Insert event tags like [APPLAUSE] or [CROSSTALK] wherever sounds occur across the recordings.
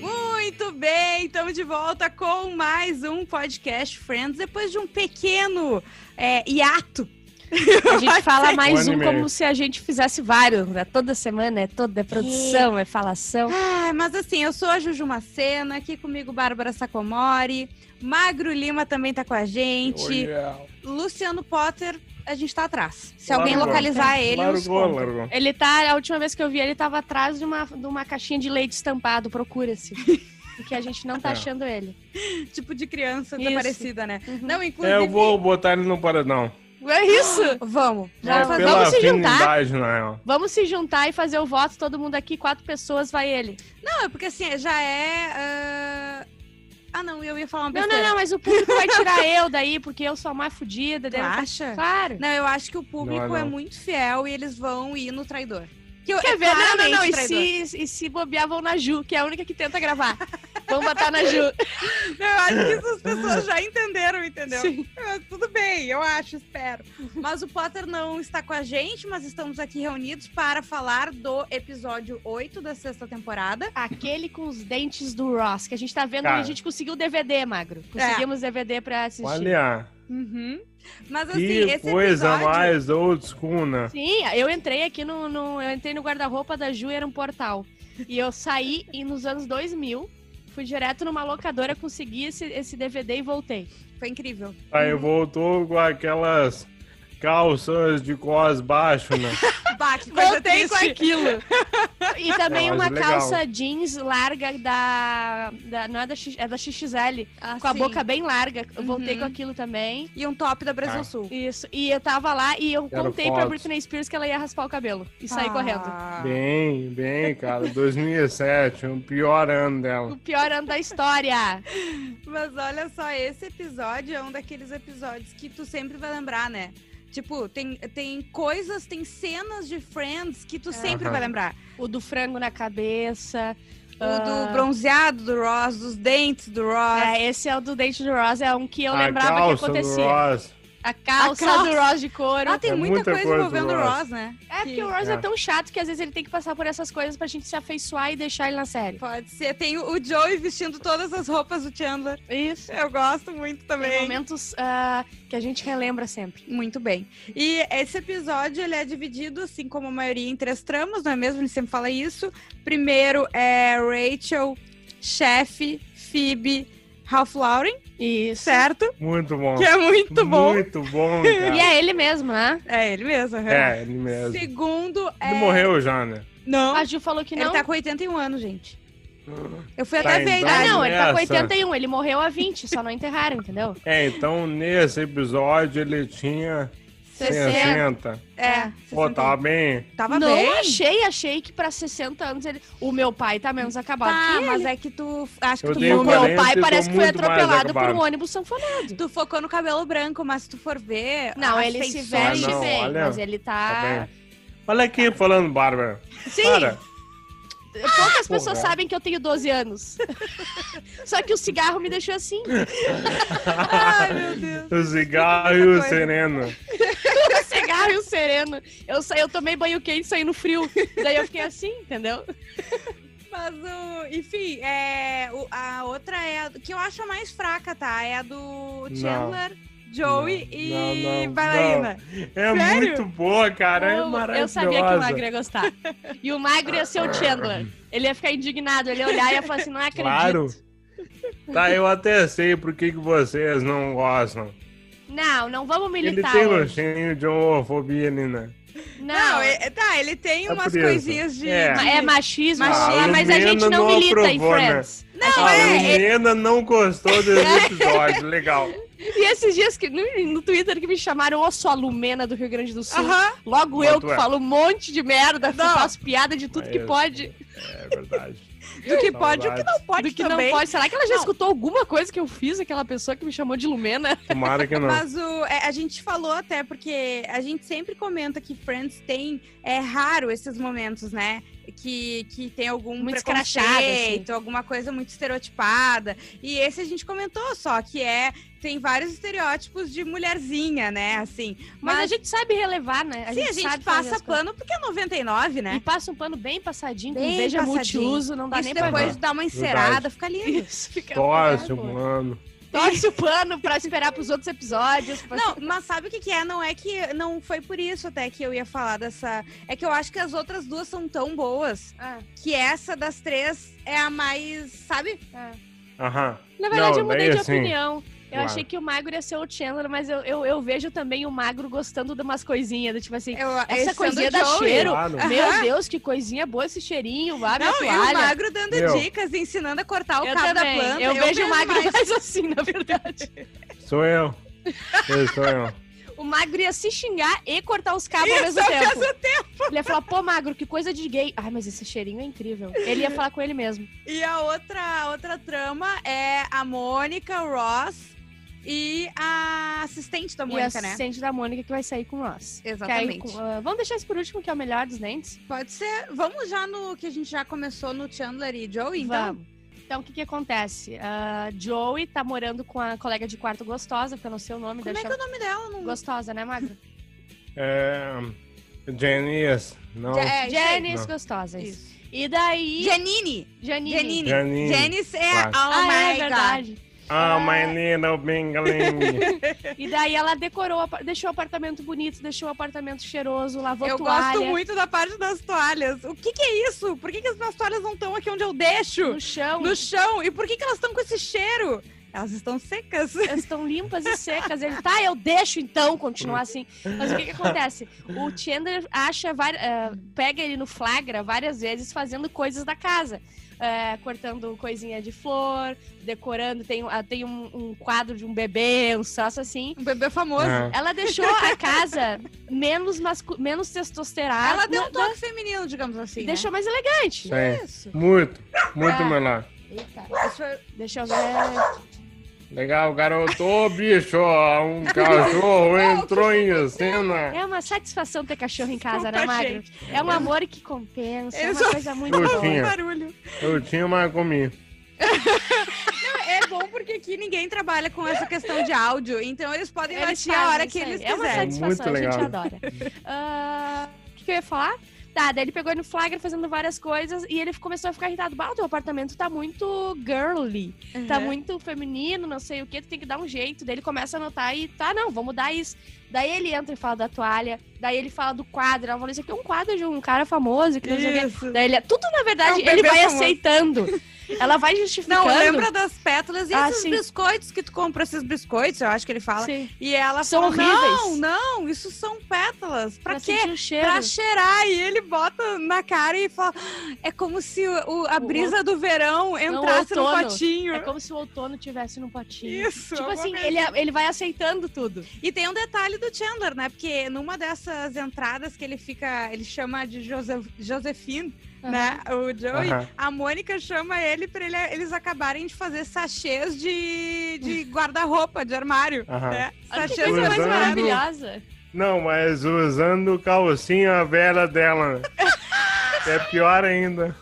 Muito bem, estamos de volta com mais um podcast Friends, depois de um pequeno é, hiato. A gente [LAUGHS] fala mais Um um ano e meio. como se a gente fizesse vários, né? Toda semana é toda, é produção, é falação. Ah, mas assim, eu sou a Juju Macena, aqui comigo Bárbara Sacomori, Magro Lima também tá com a gente, Olha. Luciano Potter, a gente tá atrás. Se Largou. alguém localizar é ele, eu os Largou, conto. largou. Ele tá, a última vez que eu vi, ele tava atrás de uma, de uma caixinha de leite estampado, procura-se. Porque a gente não tá É. achando ele. tipo de criança Isso. desaparecida, né? Uhum. Não, É, inclusive... eu vou botar ele no paredão. É isso! Vamos, Já vamos fazer. Não, É, Pela vamos se juntar. afinidade, né? Vamos se juntar e fazer o voto, todo mundo aqui, quatro pessoas, vai ele. Não, é porque assim, já é... ah, Ah, não, eu ia falar uma Não, besteira. não, não, mas o público vai tirar eu daí, porque eu sou a mais fodida. Tu daí eu- acha? Claro. Não, eu acho que o público Não é é não. muito fiel e eles vão ir no traidor. Que eu, Quer é ver? Não, não, não. claramente E traidor. se, e se bobear, vão na Ju, que é a única que tenta gravar. Vamos botar na Ju. Não, eu acho que isso as pessoas [LAUGHS] já entenderam, [LAUGHS] entendeu? Sim. Ah, Tudo bem, eu acho, espero. Mas o Potter não está com a gente, mas estamos aqui reunidos para falar do episódio 8 da sexta temporada. Aquele com os dentes do Ross, que a gente tá vendo, Cara. a gente conseguiu DVD, Magro. É. Conseguimos DVD pra assistir. Olha, Uhum. Mas assim, que esse coisa episódio. mais old school, né? Sim, eu entrei aqui no, no- eu entrei no guarda-roupa da Ju, era um portal. E eu saí e nos anos 2000, fui direto numa locadora, consegui esse, esse DVD e voltei. Foi incrível. Aí voltou com aquelas calças de cos baixo, né? Bah, que coisa Voltei com é triste. aquilo. E também Não, mas uma é legal. calça jeans larga da, da não é da, X- é da XXL, Ah, com a sim. boca bem larga. Eu voltei Uhum. com aquilo também. E um top da Brasil Ah. Sul. Isso. E eu tava lá e eu Quero contei pra fotos. Britney Spears que ela ia raspar o cabelo e saí [LAUGHS] Ah. correndo. Bem, bem, cara. 2007, o pior ano O dela. pior ano da história. Mas olha só, esse episódio é um daqueles episódios que tu sempre vai lembrar, né? Tipo, tem, tem coisas, tem cenas de Friends que tu sempre Aham. vai lembrar. O do frango na cabeça. O do bronzeado do Ross, dos dentes do Ross. Ah. É, esse é o do dente do Ross, é um que eu a lembrava que calça do acontecia. Ross. A calça, A calça. do Ross de couro. Ah, tem É muita, muita coisa, coisa do envolvendo o Ross. Ross, né? É porque o Ross é. É. tão chato que às vezes ele tem que passar por essas coisas pra gente se afeiçoar e deixar ele na série. Pode ser. Tem o o Joey vestindo todas as roupas do Chandler. Isso. Eu gosto muito Tem também. momentos ah, que a gente relembra sempre. Muito bem. E esse episódio ele é dividido, assim como a maioria, em três tramas, não é mesmo? Ele sempre fala isso. Primeiro é Rachel, chefe, Phoebe, Ralph Lauren, Isso. certo? Muito bom. Que é muito bom. Muito [LAUGHS] bom, E cara. é ele mesmo, né? É ele mesmo. aham. É, ele mesmo. Segundo é. Ele morreu já, né? Não. A Ju falou que Ele não. tá com 81 anos, gente. Eu fui Tá, até ver a então- Ah, idade. não, ele tá com Essa. 81, ele morreu há 20, só não enterraram, entendeu? É, então nesse episódio ele tinha 60. É. Pô, 61. tá bem. Tava não bem. achei, achei que pra 60 anos ele. O meu pai tá menos acabado Tá, que mas ele. é que tu. Acho que Eu um tu tenho O focou, uma meu parente, pai eu tô parece que foi muito mais atropelado por um acabado. ônibus sanfonado. tu focou no cabelo branco, mas se tu for ver. Não, as ele se feições- veste Ah, não, bem, olha. mas ele Tá tá. bem. Olha aqui falando, Bárbara. Sim, Cara, poucas pessoas Porra. sabem que eu tenho 12 anos. [LAUGHS] Só que o cigarro me deixou assim. [LAUGHS] Ai, meu Deus. o cigarro e o sereno. O cigarro e o sereno. Eu, sa- eu tomei banho quente e saí no frio. Daí eu fiquei assim, entendeu? Mas o. Enfim, é, o- a outra é a que eu acho a mais fraca, tá? É a do Não. Chandler, Joey Não, e não, não, Bailarina. É Sério? muito boa, cara. É eu, maravilhosa. eu sabia que o Magro ia gostar. E o Magro ia ser o Chandler. Ele ia ficar indignado, ele ia olhar e ia falar assim: não acredito. Claro. Tá, eu até sei por que, que vocês não gostam. Não, não vamos Ele militar. tem tá um hoje. gostinho de homofobia ali, né? Não, Não, é, é- tá, ele tem Tá umas preso. coisinhas de. É. de- é machismo, Machismo. sim, mas a gente não Lumena não milita em aprovou, né? Friends. Não, A é. Lumena não gostou desse episódio. Legal. E esses dias que no, no Twitter que me chamaram, ó, sua Lumena do Rio Grande do Sul. Aham. Logo Mas eu tu que é. falo um monte de merda, Não. faço piada de tudo É que isso. pode, É verdade. Do que pode e o que não pode do que também. não pode. Será que ela já Não. escutou alguma coisa que eu fiz, aquela pessoa que me chamou de Lumena? Tomara que não. Mas o, é, a gente falou até, porque a gente sempre comenta que Friends tem, é raro esses momentos, né? que, que tem algum Muito escrachado, assim. preconceito, alguma coisa muito estereotipada. E esse a gente comentou só, que é tem vários estereótipos de mulherzinha, né? Assim, Mas, a mas, gente sabe relevar, né? sim, a gente, sabe fazer passa as coisas. pano porque é 99, né? E passa um pano bem passadinho, Bem com veja passadinho. multiuso, não dá Isso nem pra depois ver. dá uma encerada, Verdade. fica [LAUGHS] ver. lindo. Isso, fica Torce, um Pô. mano. Torce o pano pra esperar pros outros episódios. pra- Não, mas sabe o que, que é? Não é que não foi por isso até que eu ia falar dessa. É que eu acho que as outras duas são tão boas Ah, que essa das três é a mais, sabe? ah. Aham. Na verdade, Não, eu mudei daí de assim, opinião. Eu claro. achei que o magro ia ser o Chandler, mas eu, eu, eu vejo também o magro gostando de umas coisinhas, do tipo assim, Eu, essa sendo coisinha o dá Joey. cheiro. Claro. meu Deus, que coisinha boa esse cheirinho, vai, minha Não, e o toalha. magro dando Meu. dicas, ensinando a cortar o Eu cabo da também. planta. Eu, vejo o magro mais. mais... assim, na verdade. Sou eu. Eu sou eu. O magro ia se xingar e cortar "Ah, os cabos ao mesmo ao tempo. Ele ia falar, pô, magro, que coisa de gay. Ai, mas esse cheirinho é incrível. Ele ia falar com ele mesmo. E a outra, a outra trama é a Mônica, o Ross e a assistente da e a Mônica, né? assistente da Mônica que vai sair com nós. Que aí, Exatamente. com- ah, vamos deixar isso por último, que é o melhor dos dentes. Pode ser. Vamos já no que a gente já começou no Chandler e Joey, então? Vamos. Então, o que que acontece? Ah, Joey tá morando com a colega de quarto gostosa, que eu não sei o nome, Como é que é deixa o nome dela? Não... gostosa, né, Magro? É... Janice. Não. É, isso aí. Janice Não. gostosa. isso. Isso. E daí, Janine. Janine. Janine. Janine. Janice é a Claro. oh Ah, é my God. verdade. Ah, my É. little bingaling. E daí ela decorou, o apa- deixou o apartamento bonito, deixou o apartamento cheiroso, lavou Eu toalha. gosto muito da parte das toalhas. O que, que é isso? Por que, que as minhas toalhas não estão aqui onde eu deixo? No chão, No chão? E por que, que elas estão com esse cheiro? Elas estão secas. [LAUGHS] elas estão limpas e secas. Ele, tá, eu deixo então continuar assim. Mas o que que acontece? O Chandler acha, vari- eh, pega ele no flagra várias vezes fazendo coisas da casa. Eh, cortando coisinha de flor, decorando, tem, ah, tem um, um quadro de um bebê, um sócio assim. Um bebê famoso. É. Ela deixou a casa menos, mascu... menos testosterona. Ela deu um toque feminino, digamos assim. Deixou mais elegante. Sim. Isso. Muito. Muito Ah. melhor. Eita, Isso é foi- deixa eu ver. Legal, garoto. Ô, bicho, [LAUGHS] ó, um cachorro entrou em cena. É uma satisfação ter cachorro em casa, né, Desculpa, Magro? É um amor que compensa, é Eu uma só- coisa muito Um Sim. boa. barulho. Eu tinha, mas comi. É bom porque aqui ninguém trabalha com essa questão de áudio, então eles podem Eles latir a fazem hora isso que aí. eles É uma quiserem. satisfação, Muito a gente legal. adora. Ah, O que, que eu ia falar? Tá, daí ele pegou ele no flagra fazendo várias coisas e ele começou a ficar irritado. Bah, o teu apartamento tá muito girly. tá Uhum. muito feminino, não sei o que, tu tem que dar um jeito. Daí ele começa a anotar e tá, não, vamos mudar isso. Daí ele entra e fala da toalha, daí ele fala do quadro. Ela falou: Isso aqui é um quadro de um cara famoso, que não sei o quê. Isso. Daí ele, tudo na verdade, É um ele bebê vai famoso. aceitando. Ela vai Não, justificando. lembra das pétalas e tá Ah, esses sim. biscoitos que tu compra, esses biscoitos, eu acho que ele fala. Sim, E ela São fala, não, horríveis. não, isso são pétalas. Pra, pra quê? sentir o cheiro. Pra cheirar. E ele bota na cara e fala, "Ah, é como se o- a O- brisa do verão entrasse no outono. potinho. É como se o outono tivesse num potinho. Isso. Tipo alguma assim, coisa ele, ele vai aceitando tudo. E tem um detalhe do Chandler, né? Porque numa dessas entradas que ele fica, ele chama de Joseph, Josephine, né? O Joey. Aham. A Mônica chama ele pra ele- eles acabarem de fazer sachês de, de [LAUGHS] guarda-roupa, de armário. Aham. Né? Olha que é Sachês coisa mais Usando- maravilhosa. Não, mas usando calcinha [LAUGHS] velha dela. né? é pior ainda.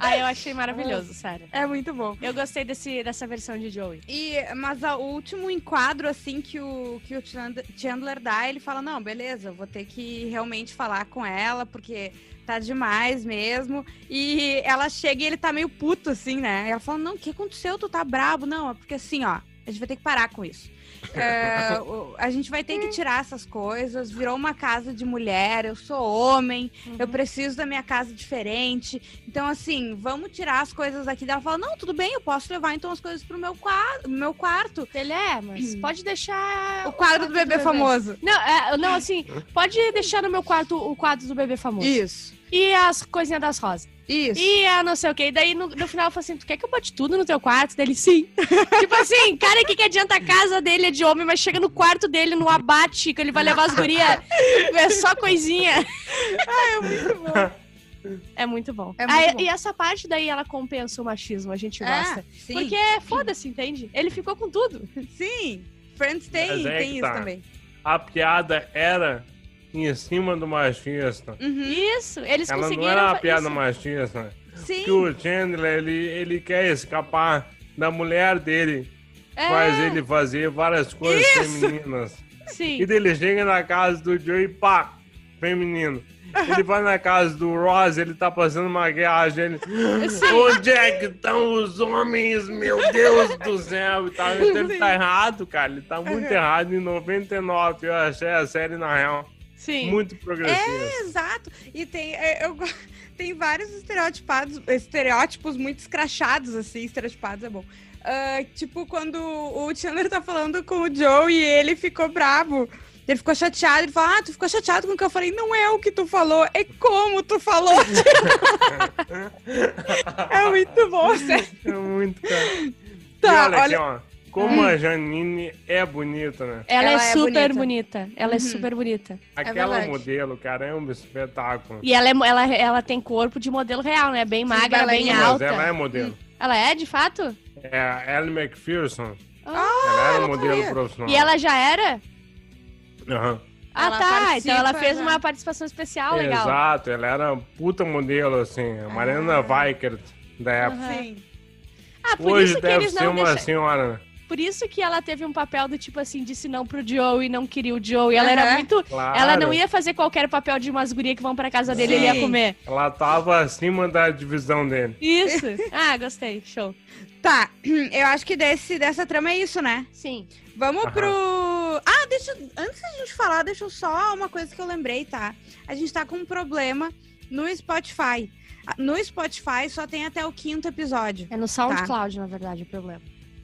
Ah, eu achei maravilhoso, sério. É muito bom. Eu gostei desse, dessa versão de Joey. E, mas a- o último enquadro, assim, que o, que o Chand- Chandler dá, ele fala, não, beleza, eu vou ter que realmente falar com ela, porque tá demais mesmo. E ela chega e ele tá meio puto, assim, né? Ela fala, não, o que aconteceu? Tu tá brabo? Não, é porque assim, ó, a gente vai ter que parar com isso. É, o- a gente vai ter que tirar essas coisas, virou uma casa de mulher, eu sou homem, Uhum. eu preciso da minha casa diferente. Então, assim, vamos tirar as coisas daqui. Daí Ela fala, não, tudo bem, eu posso levar então as coisas pro meu, qua- meu quarto. Ele é, mas pode deixar. O quadro do bebê famoso. Não, é, não, assim, pode deixar no meu quarto o quadro do bebê famoso. Isso, E as coisinhas das rosas. isso. E a não sei o quê. E daí no, no final eu falo assim: tu quer que eu bote tudo no teu quarto? Dele, sim. [LAUGHS] tipo assim, cara, o que, que adianta a casa dele é de homem, mas chega no quarto dele no abate, que ele vai levar as gurias. é só [LAUGHS] coisinha. É muito bom. É muito Ah, bom. E essa parte daí ela compensa o machismo, a gente gosta. É, sim, Porque foda-se, entende? Ele ficou com tudo. sim. Friends tem, Mas é que tem isso tá. também. A piada era em cima do machista. Uhum. Isso, eles Ela não conseguiram. era uma fa- piada isso. machista. Sim. Que o Chandler, ele, ele quer escapar da mulher dele. É, Faz ele fazer várias coisas femininas. Sim. E daí ele chega na casa do Joey, pá, feminino. Ele vai na casa do Ross, ele tá passando maquiagem. Ele, Sim. Onde é que estão os homens? Meu Deus do céu! E tal. Então ele tá errado, cara. Ele tá muito Uhum. errado. Em 99, eu achei a série, na real, Sim. muito progressiva. Exato. E tem, é, eu, go- [LAUGHS] tem vários estereotipados, estereótipos muito escrachados, assim, estereotipados é bom. Ah, tipo, quando o Chandler tá falando com o Joe e ele ficou bravo. Ele ficou chateado, ele fala, ah, tu ficou chateado com o que eu falei. Não é o que tu falou, é como tu falou. é muito bom, sério. É muito, [LAUGHS] cara. E Tá, olha, olha- aqui, ó. Hum. Como a Janine é bonita, né? Ela, Ela é, é super bonita. bonita. Ela é Uhum. super bonita. Aquela verdade. modelo, cara, é um espetáculo. E ela, é, mo- ela, ela tem corpo de modelo real, né? Bem magra, bem bailarinas. Mas alta. ela é modelo. Ela é, de fato? É a Ellen McPherson. Ah, Ela era eu modelo sabia. profissional. e ela já era? Aham. Ah, Ela tá. Então ela participa, fez né? uma participação especial Ah, legal. Exato, ela era um puta modelo, assim. A Mariana Weikert da época. Sim. Ah, por Hoje isso que deve eles ser não uma deixaram. senhora, né? Por isso que ela teve um papel do tipo assim, disse não pro Joe e não queria o Joe. E ela era Aham. muito. Claro. Ela não ia fazer qualquer papel de umas gurias que vão pra casa dele e Sim. ele ia comer. Ela tava acima da divisão dele. [LAUGHS] Isso. Ah, gostei. Show. Tá, [CLEARS THROAT] eu acho que desse, dessa trama é isso, né? Sim. Vamos Aham. pro. Ah, deixa. Antes da gente falar, deixa eu só uma coisa que eu lembrei, tá? A gente tá com um problema no Spotify. Ah, No Spotify só tem até o quinto episódio. É no SoundCloud, Tá. na verdade, o problema.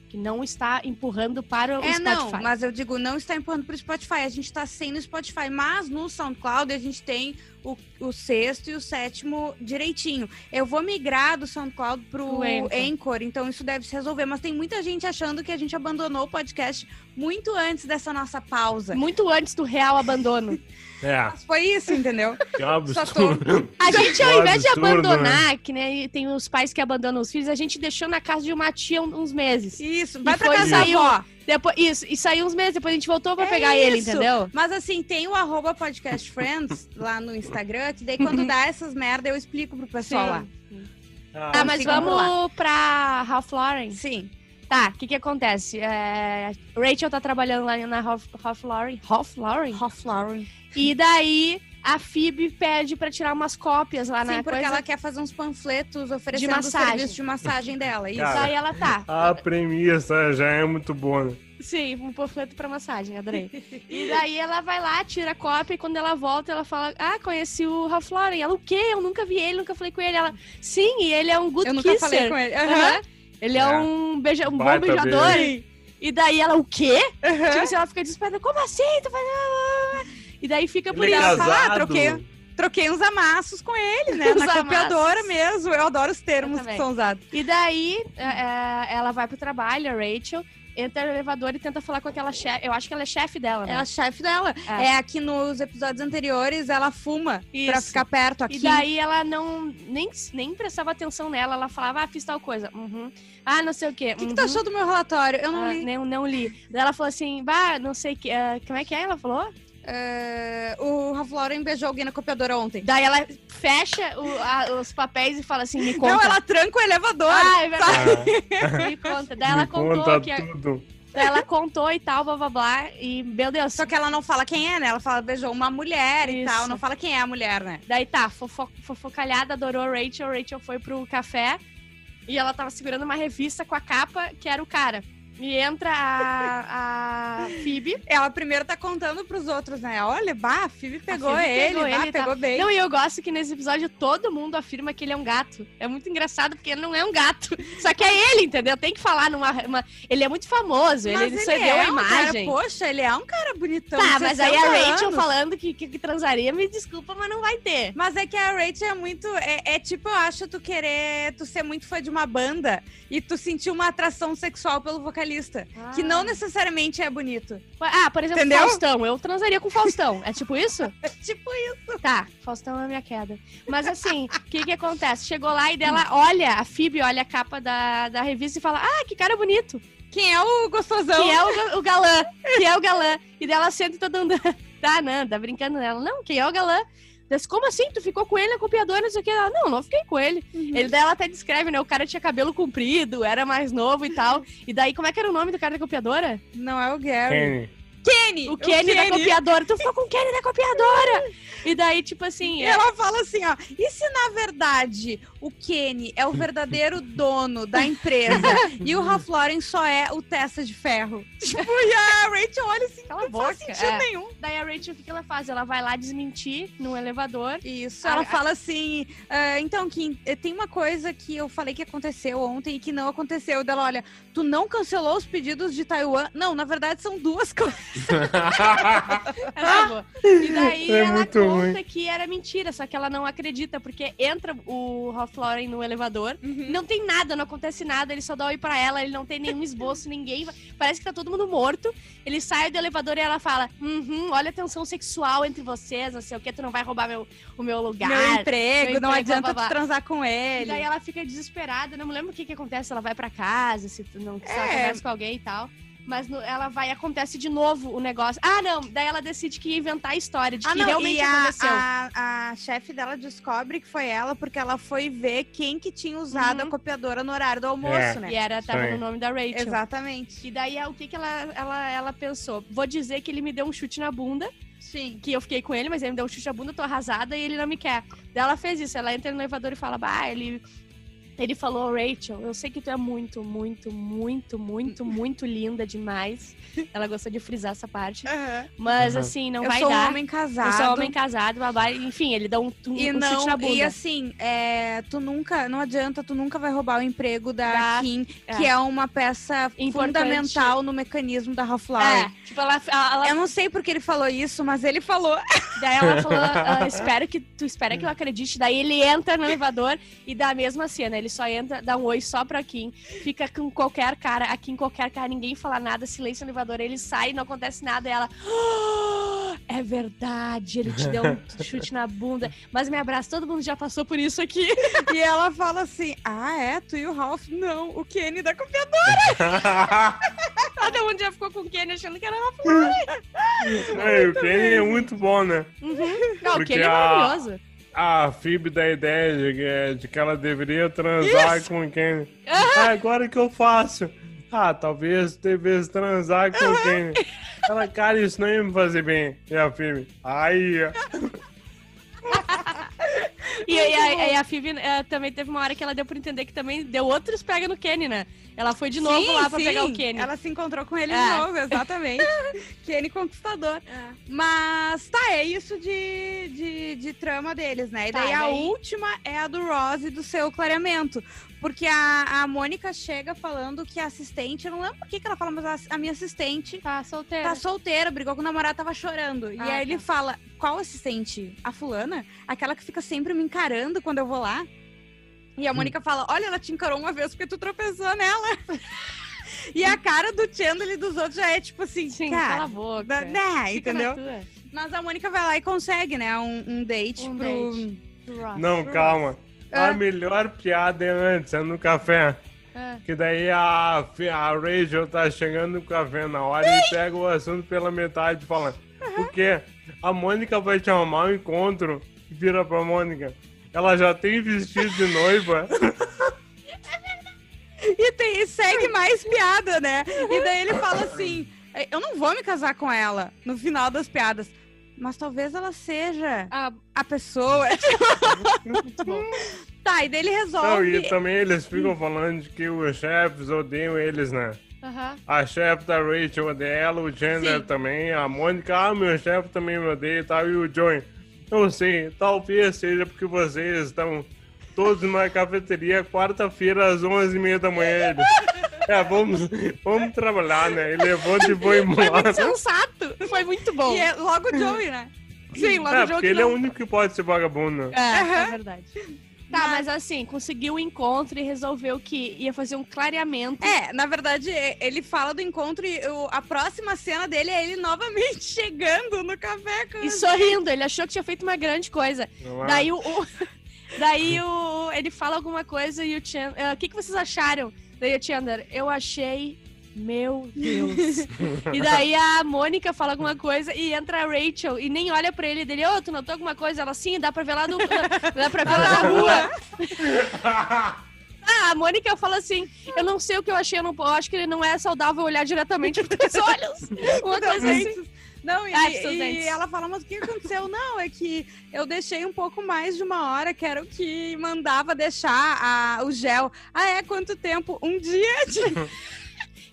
Que não está empurrando para o É, Spotify. não, mas eu digo, não está empurrando pro Spotify. A gente tá sem no Spotify, mas no SoundCloud a gente tem o, o sexto e o sétimo direitinho. Eu vou migrar do SoundCloud pro Pro Anchor. Anchor, então isso deve se resolver. Mas tem muita gente achando que a gente abandonou o podcast muito antes dessa nossa pausa. Muito antes do real abandono. É, Mas foi isso, entendeu? que Só absurdo. tô- [LAUGHS] A gente, ao Um invés de absurdo, abandonar, que nem tem os pais que abandonam os filhos, a gente deixou na casa de uma tia um- uns meses. Isso, vai E pra foi casa da isso. avó. Depois, isso, e saiu uns meses, depois a gente voltou pra É pegar ele, isso. entendeu? Mas assim, tem o arroba podcast friends lá no Instagram, que daí Uhum. quando dá essas merda eu explico pro pessoal Tá lá. Ah, Então, mas Ah, sigam por vamos pra Ralph Lauren. Sim. Tá, o que que acontece? É, Rachel tá trabalhando lá na Ralph, Ralph Lauren. Ralph Lauren? E daí a Phoebe pede pra tirar umas cópias lá Sim, na porque Né, coisa. ela quer fazer uns panfletos oferecendo o massagem. serviço de massagem dela. Isso. Cara. Daí ela tá. A premissa já é muito boa, né? Sim, um panfleto pra massagem, adorei. E daí ela vai lá, tira a cópia e quando ela volta, ela fala: Ah, conheci o Ralph Lauren. Ela, o quê? Eu nunca vi ele, nunca falei com ele. Ela, sim, e ele é um good eu nunca kisser. falei com ele. Aham. Aham. Ele é, É. um, beija, um bom Baita beijador. beijo. E daí ela, o quê? Aham. Tipo assim, ela fica desesperada, como assim? Tu faz... ah, ah, ah." E daí fica por Ele é isso. ela falar, casado. troquei- Troquei uns amassos com ele, né? Uns Na copiadora amassos. mesmo. Eu adoro os termos Eu que também. são usados. E daí é, é, ela vai pro trabalho, a Rachel, entra no elevador e tenta falar com aquela chefe. Eu acho que ela é chefe dela, né? Ela é chefe dela. É. É. aqui nos episódios anteriores, ela fuma pra Isso. ficar perto aqui. E daí ela não nem, nem prestava atenção nela, ela falava, ah, fiz tal coisa. Uhum. Ah, não sei o quê. Ah, O que, tá que tu achou do meu relatório? Eu não li. não, não li. Daí ela falou assim, bah, não sei que. ah, como é que é? Ela falou? É, o Ralph Lauren beijou alguém na copiadora ontem. Daí ela fecha o- a- os papéis e fala assim, me conta. Não, ela tranca o elevador. Ah, é Ah, [LAUGHS] verdade. Me conta. [LAUGHS] Daí ela me contou conta que. [LAUGHS] tudo. Daí ela contou e tal, blá blá blá. E, meu Deus. Só que ela não fala quem é, né? Ela fala beijou uma mulher e Isso. tal. Não fala quem é a mulher, né? Daí tá, fofo- fofocalhada, adorou a Rachel. Rachel foi pro café e ela tava segurando uma revista com a capa que era o cara. E entra a, a Phoebe. Ela primeiro tá contando pros outros, né? Olha, bah, a Phoebe pegou Phoebe ele, pegou bah, ele e pegou bem. Não, e eu gosto que nesse episódio todo mundo afirma que ele é um gato. É muito engraçado porque ele não é um gato. [LAUGHS] Só que é ele, entendeu? Tem que falar numa. uma- Ele é muito famoso, ele, ele cedeu a um Cara, imagem. poxa, ele é um cara bonitão. tá, mas aí a 60 Rachel anos. falando que, que, que transaria, me desculpa, mas não vai ter. Mas é que a Rachel é muito. É, é tipo, eu acho tu querer. Tu ser muito fã de uma banda e tu sentir uma atração sexual pelo vocalista. Que não necessariamente é bonito. Ah, por exemplo, Entendeu? Faustão. Eu transaria com Faustão. É tipo isso? É tipo Tá, Faustão é minha queda. Mas assim, o que que acontece? Chegou lá e dela olha, a Phoebe olha a capa da, da revista e fala, ah, que cara bonito, Quem é o gostosão? Então. que é o, ga- o galã, que é o galã. E dela senta e todo mundo, [LAUGHS] tá, não, tá brincando nela. Não, quem é o galã? Mas como assim? Tu ficou com ele na copiadora, não sei o que. Ela, não, não fiquei com ele. Ele daí ela até descreve, né? O cara tinha cabelo comprido, era mais novo e tal. E daí, como é que era o nome do cara da copiadora? Não é o Gary. [LAUGHS] Kenny. Kenny! né? O Kenny, da copiadora. Tu ficou com o Kenny da copiadora! E daí, tipo assim. E é- ela fala assim, ó, e se na verdade o Kenny é o verdadeiro dono da empresa e o Ralph Lauren só é o testa de ferro? [LAUGHS] Tipo, e a Rachel olha assim, Cala a não faz boca, sentido é. nenhum. Daí a Rachel, o que que ela faz? Ela vai lá desmentir num elevador. Isso, A- ela a- fala assim, "Ah, então, Kim, eh, tem uma coisa que eu falei que aconteceu ontem e que não aconteceu. Dela, olha, tu não cancelou os pedidos de Taiwan? Não, na verdade são duas [LAUGHS] coisas. Ela voa. E daí É ela muito conta que era mentira, só que ela não acredita, porque entra o Ralph Lauren no elevador, não tem nada, não acontece nada, ele só dá oi pra ela, ele não tem nenhum esboço, ninguém. Parece que tá todo mundo morto. Ele sai do elevador e ela fala: Uhum, olha a tensão sexual entre vocês, não sei o que, tu não vai roubar meu, o meu lugar. Meu emprego, Ah, meu não emprego, adianta blá, blá, tu blá. transar com E ele. daí ela fica desesperada, não me lembro o que que acontece, ela vai pra casa, se, tu não, se ela É. conversa com alguém e tal. Mas no- ela vai, acontece de novo o negócio. Ah, não, daí ela decide que ia inventar a história, de Ah, que não, realmente e a- aconteceu. A, a chefe dela descobre que foi ela, porque ela foi ver quem que tinha usado Uhum. a copiadora no horário do almoço, né? E é era, tava Sim. no nome da Rachel. Exatamente. E daí, é o que que ela, ela, ela pensou? Vou dizer que ele me deu um chute na bunda, Sim. que eu fiquei com ele, mas ele me deu um chute na bunda, eu tô arrasada e ele não me quer. Daí ela fez isso, ela entra no elevador e fala, bah, ele... Ele falou, Rachel, eu sei que tu é muito, muito, [LAUGHS] muito, muito, muito linda demais. Ela gostou de frisar essa parte. Mas Uhum. assim, não Eu vai sou dar. um homem casado. eu sou homem casado, babá. Enfim, ele dá um, um, E um chute não, na bunda. e assim, é, tu nunca, não adianta, tu nunca vai roubar o emprego da, Da- Kim, é. que é uma peça Importante. fundamental no mecanismo da Ralph Lauren. É, tipo, ela, ela Eu não sei porque ele falou isso, mas ele falou. [LAUGHS] Daí ela falou, "Ah, espero que tu espera que eu acredite. Daí ele entra no elevador e dá a mesma cena. Ele só entra, dá um oi só pra Kim. Fica com qualquer cara, aqui em qualquer cara, ninguém fala nada, silêncio no elevador. Ele sai, não acontece nada. E ela, "Ah, é verdade, ele te deu [LAUGHS] um chute na bunda. Mas me abraça, todo mundo já passou por isso aqui. [LAUGHS] e ela fala assim: Ah, é? Tu e o Ralph? Não, o Kenny da copiadora. Todo mundo um já ficou com o Kenny achando que era uma... Ei, o Kenny é muito bom, né? Não, o Porque Kenny é a- maravilhoso. A Phoebe da ideia de que, de que ela deveria transar com o Kenny. Ah, agora o que eu faço? Ah, talvez devesse transar com o Kenny. Ela, cara, isso não ia me fazer bem. E a Phoebe, ai, E, e a, e a Phoebe eh, também teve uma hora que ela deu por entender que também deu outros pega no Kenny, né? Ela foi de novo Sim, lá pra sim. pegar o Kenny. Ela se encontrou com ele É. de novo, [LAUGHS] exatamente. Kenny Conquistador. Mas tá, é isso de, de, de trama deles, né? E Tá, daí e a daí? última é a do Ross e do seu clareamento. Porque a, a Mônica chega falando que a assistente, eu não lembro por que que ela fala, mas a, a minha assistente Tá solteira. tá solteira, brigou com o namorado, tava chorando. e Ah, aí ele tá. fala: qual assistente? A fulana? Aquela que fica sempre me encarando quando eu vou lá. E a Mônica fala: olha, ela te encarou uma vez porque tu tropeçou nela. [LAUGHS] e a cara do Chandler e dos outros já é tipo assim, Sim, cala a cara. boca. da- né, Fica na entendeu? tua. Mas a Mônica vai lá e consegue, né? Um, um date Um pro. Não, calma. Ah. É. A melhor piada é antes, é no café. Ah. Que daí a, a Rachel tá chegando no café na hora e pega o assunto pela metade falando. Porque a Mônica vai te arrumar um encontro e vira pra Mônica. Ela já tem vestido de noiva. [LAUGHS] E, tem, e segue mais piada, né? E daí ele fala assim: eu não vou me casar com ela no final das piadas. Mas talvez ela seja Ah, a [LAUGHS] pessoa. muito bom. Tá, e daí ele Não, resolve. e tá também eles ficam falando de que os chefes odeiam eles, né? Aham. A chefe da Rachel odeia ela, o Chandler Sim. também, a Mônica, ah, meu chefe também me odeia e tal, e o Johnny. Não sei, talvez seja porque vocês estão todos na cafeteria quarta-feira às 11h30 da manhã. [LAUGHS] Ele, é, vamos, vamos trabalhar, né? E levanta e foi Foi muito embora. sensato. Foi muito bom. E é logo o Joey, né? Sim, logo É, o jogo porque que ele é o não... único que pode ser vagabundo. É, é Aham. verdade. Tá, mas assim, conseguiu o encontro e resolveu que ia fazer um clareamento. É, na verdade, é- ele fala do encontro e o- a próxima cena dele é ele novamente [LAUGHS] chegando no café com E sorrindo, ele achou que tinha feito uma grande coisa. Não é? Daí o. o- [LAUGHS] daí eh, o. Ele fala alguma coisa e o Chandler. O que, que vocês acharam? Daí o Chandler, eu achei Meu Deus. e daí a Mônica fala alguma coisa e entra a Rachel e nem olha pra ele dele, ô, tu notou alguma coisa? Ela, sim, dá pra ver lá no. Dá pra ver lá na rua. [LAUGHS] Ah, a Mônica fala assim: eu não sei o que eu achei, eu, não, eu acho que ele não é saudável olhar diretamente para os olhos. Uma coisa Também. assim. Não, e, Ai, seus e dentes. ela fala, mas o que aconteceu? [LAUGHS] Não, é que eu deixei um pouco mais de uma hora, que era o que mandava deixar a- o gel. Ah, é? Quanto tempo? Um dia?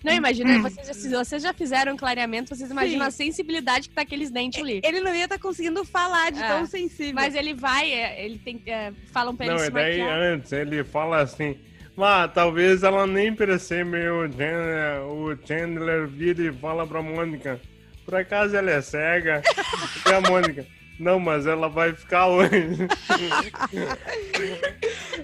Não, imagina, vocês já, se vocês já fizeram um clareamento, vocês imaginam Sim. a sensibilidade que tá aqueles dentes ali. Ele não ia estar conseguindo falar de É. tão sensível. Mas ele vai, é, ele tem. é, falam pra ele Não, se e daí é- maquiar. antes ele fala assim. Ah, talvez ela nem perceba e o Chandler, o Chandler vira e fala pra Mônica. Por acaso ela é cega? [LAUGHS] e a Mônica. Não, mas ela vai ficar [LAUGHS] hoje.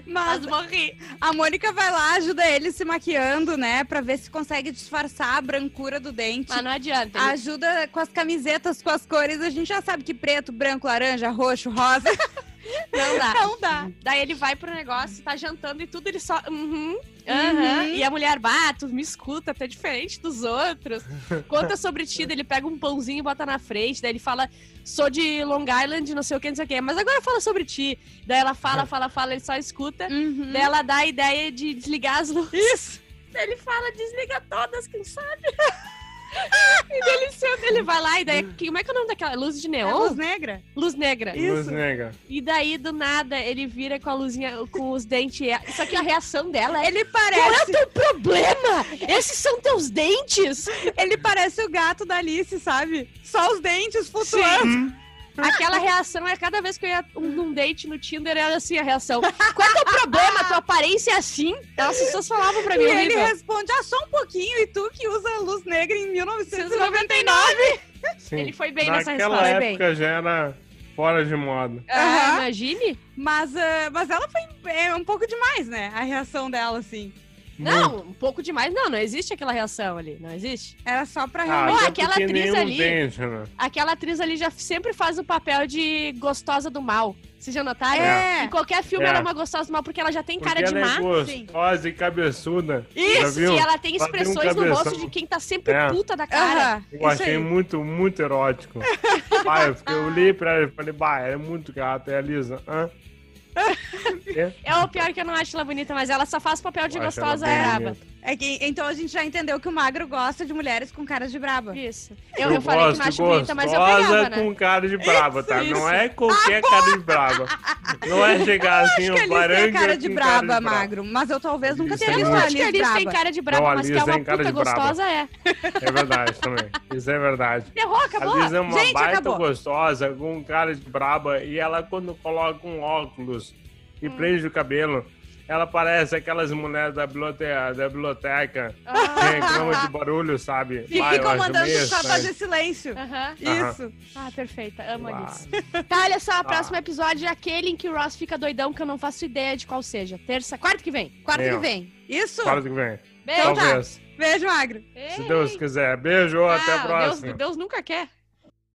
Mas Mas morri. a Mônica vai lá, ajuda ele se maquiando, né? Pra ver se consegue disfarçar a brancura do dente. Mas Ah, não adianta. Ah, ele- Ajuda com as camisetas, com as cores. A gente já sabe que preto, branco, laranja, roxo, [LAUGHS] rosa. Não dá. Não dá. Daí ele vai pro negócio, tá jantando e tudo, ele só. Uhum. aham. Uhum. E a mulher, bah, tu me escuta, tu é diferente dos [LAUGHS] outros. Conta sobre ti, daí ele pega um pãozinho e bota na frente, daí ele fala, sou de Long Island, não sei o que, não sei o que, mas agora fala sobre ti. Daí ela fala, fala, fala, ele só escuta. Daí né, ela dá a ideia de desligar as luzes. Daí ele fala, desliga todas, quem sabe? [LAUGHS] e daí ele, senta, ele vai lá e daí, como é que é o nome daquela? Luz de É neon? luz negra? Luz negra. Luz nega. E daí, do nada, ele vira com a luzinha, com os dentes. e a- Só que a reação dela é. Ele Qual parece. é o teu problema? Esses são teus dentes? Ele parece o gato da Alice, sabe? Só os dentes flutuando. Aquela reação é cada vez que eu ia um- num date no Tinder, era assim a [LAUGHS] reação. Qual é o teu problema? Tua aparência é assim? As pessoas falavam pra E mim. ele é horrível. responde, ah, só um pouquinho, e tu que usa luz negra em 1999. 1999. Sim. Ele foi bem nessa Naquela resposta. Bem. época já era fora de moda. Ah, Aham. imagine? Mas, ah, mas ela foi é, um pouco demais, né? A reação dela, assim. Não, um pouco demais. Não, não existe aquela reação ali. Não existe. Era só pra Ah, realmente. Pô, até aquela porque atriz nenhum ali- dente, né? Aquela atriz ali já sempre faz o papel de gostosa do mal. Vocês já notaram? É. Em qualquer filme É. ela é uma gostosa do mal, porque ela já tem Porque cara de ela má. é gostosa e cabeçuda. Já Isso, viu? e ela tem Ela tem um expressões no rosto cabeção. de quem tá sempre É. puta da cara. Aham, Eu isso achei aí. muito, muito erótico. Pai, eu, fiquei, eu olhei pra ela e falei, bah, ela é muito gata, é a Lisa. Hã? É o pior que eu não acho ela bonita, mas ela só faz papel de Eu acho ela gostosa bem braba. bonita. É que- então a gente já entendeu que o magro gosta de mulheres com caras de braba. Isso. Eu, eu falei que não acho bonita, mas eu pegava, gostosa né? com cara de brava, tá? Isso, Não é qualquer cara de brava. Não é chegar assim, Acho que a o Alice tem baranga cara de com braba, cara de brava. magro. Mas eu talvez nunca Isso tenha aí visto Eu não a acho que a Alice Alice tem braba. cara um de braba, Não, a mas que Liz é uma tem cara puta de braba. gostosa, é. É verdade também. Isso é verdade. Derrou, A acabou. Liz é uma Gente, baita acabou. gostosa, com um cara de braba, e ela quando coloca um óculos e Hum. prende o cabelo, ela parece aquelas mulheres da biblioteca, da biblioteca Ah, que reclamam de barulho, sabe? E Vai, Ah, eu ficam acho mandando meio só estranho. fazer silêncio. Aham. Aham. Isso. Ah, perfeita. Amo a Uau. Liz. Tá, olha só, o Ah. próximo episódio é aquele em que o Ross fica doidão, que eu não faço ideia de qual seja. Terça, quarta que vem. Quarto que Meu. vem. Isso. Claro que vem. Beijo. Então tá. Talvez. Beijo, magro. Se Deus quiser. Beijo, até a Ah, próxima. Deus, Deus nunca quer.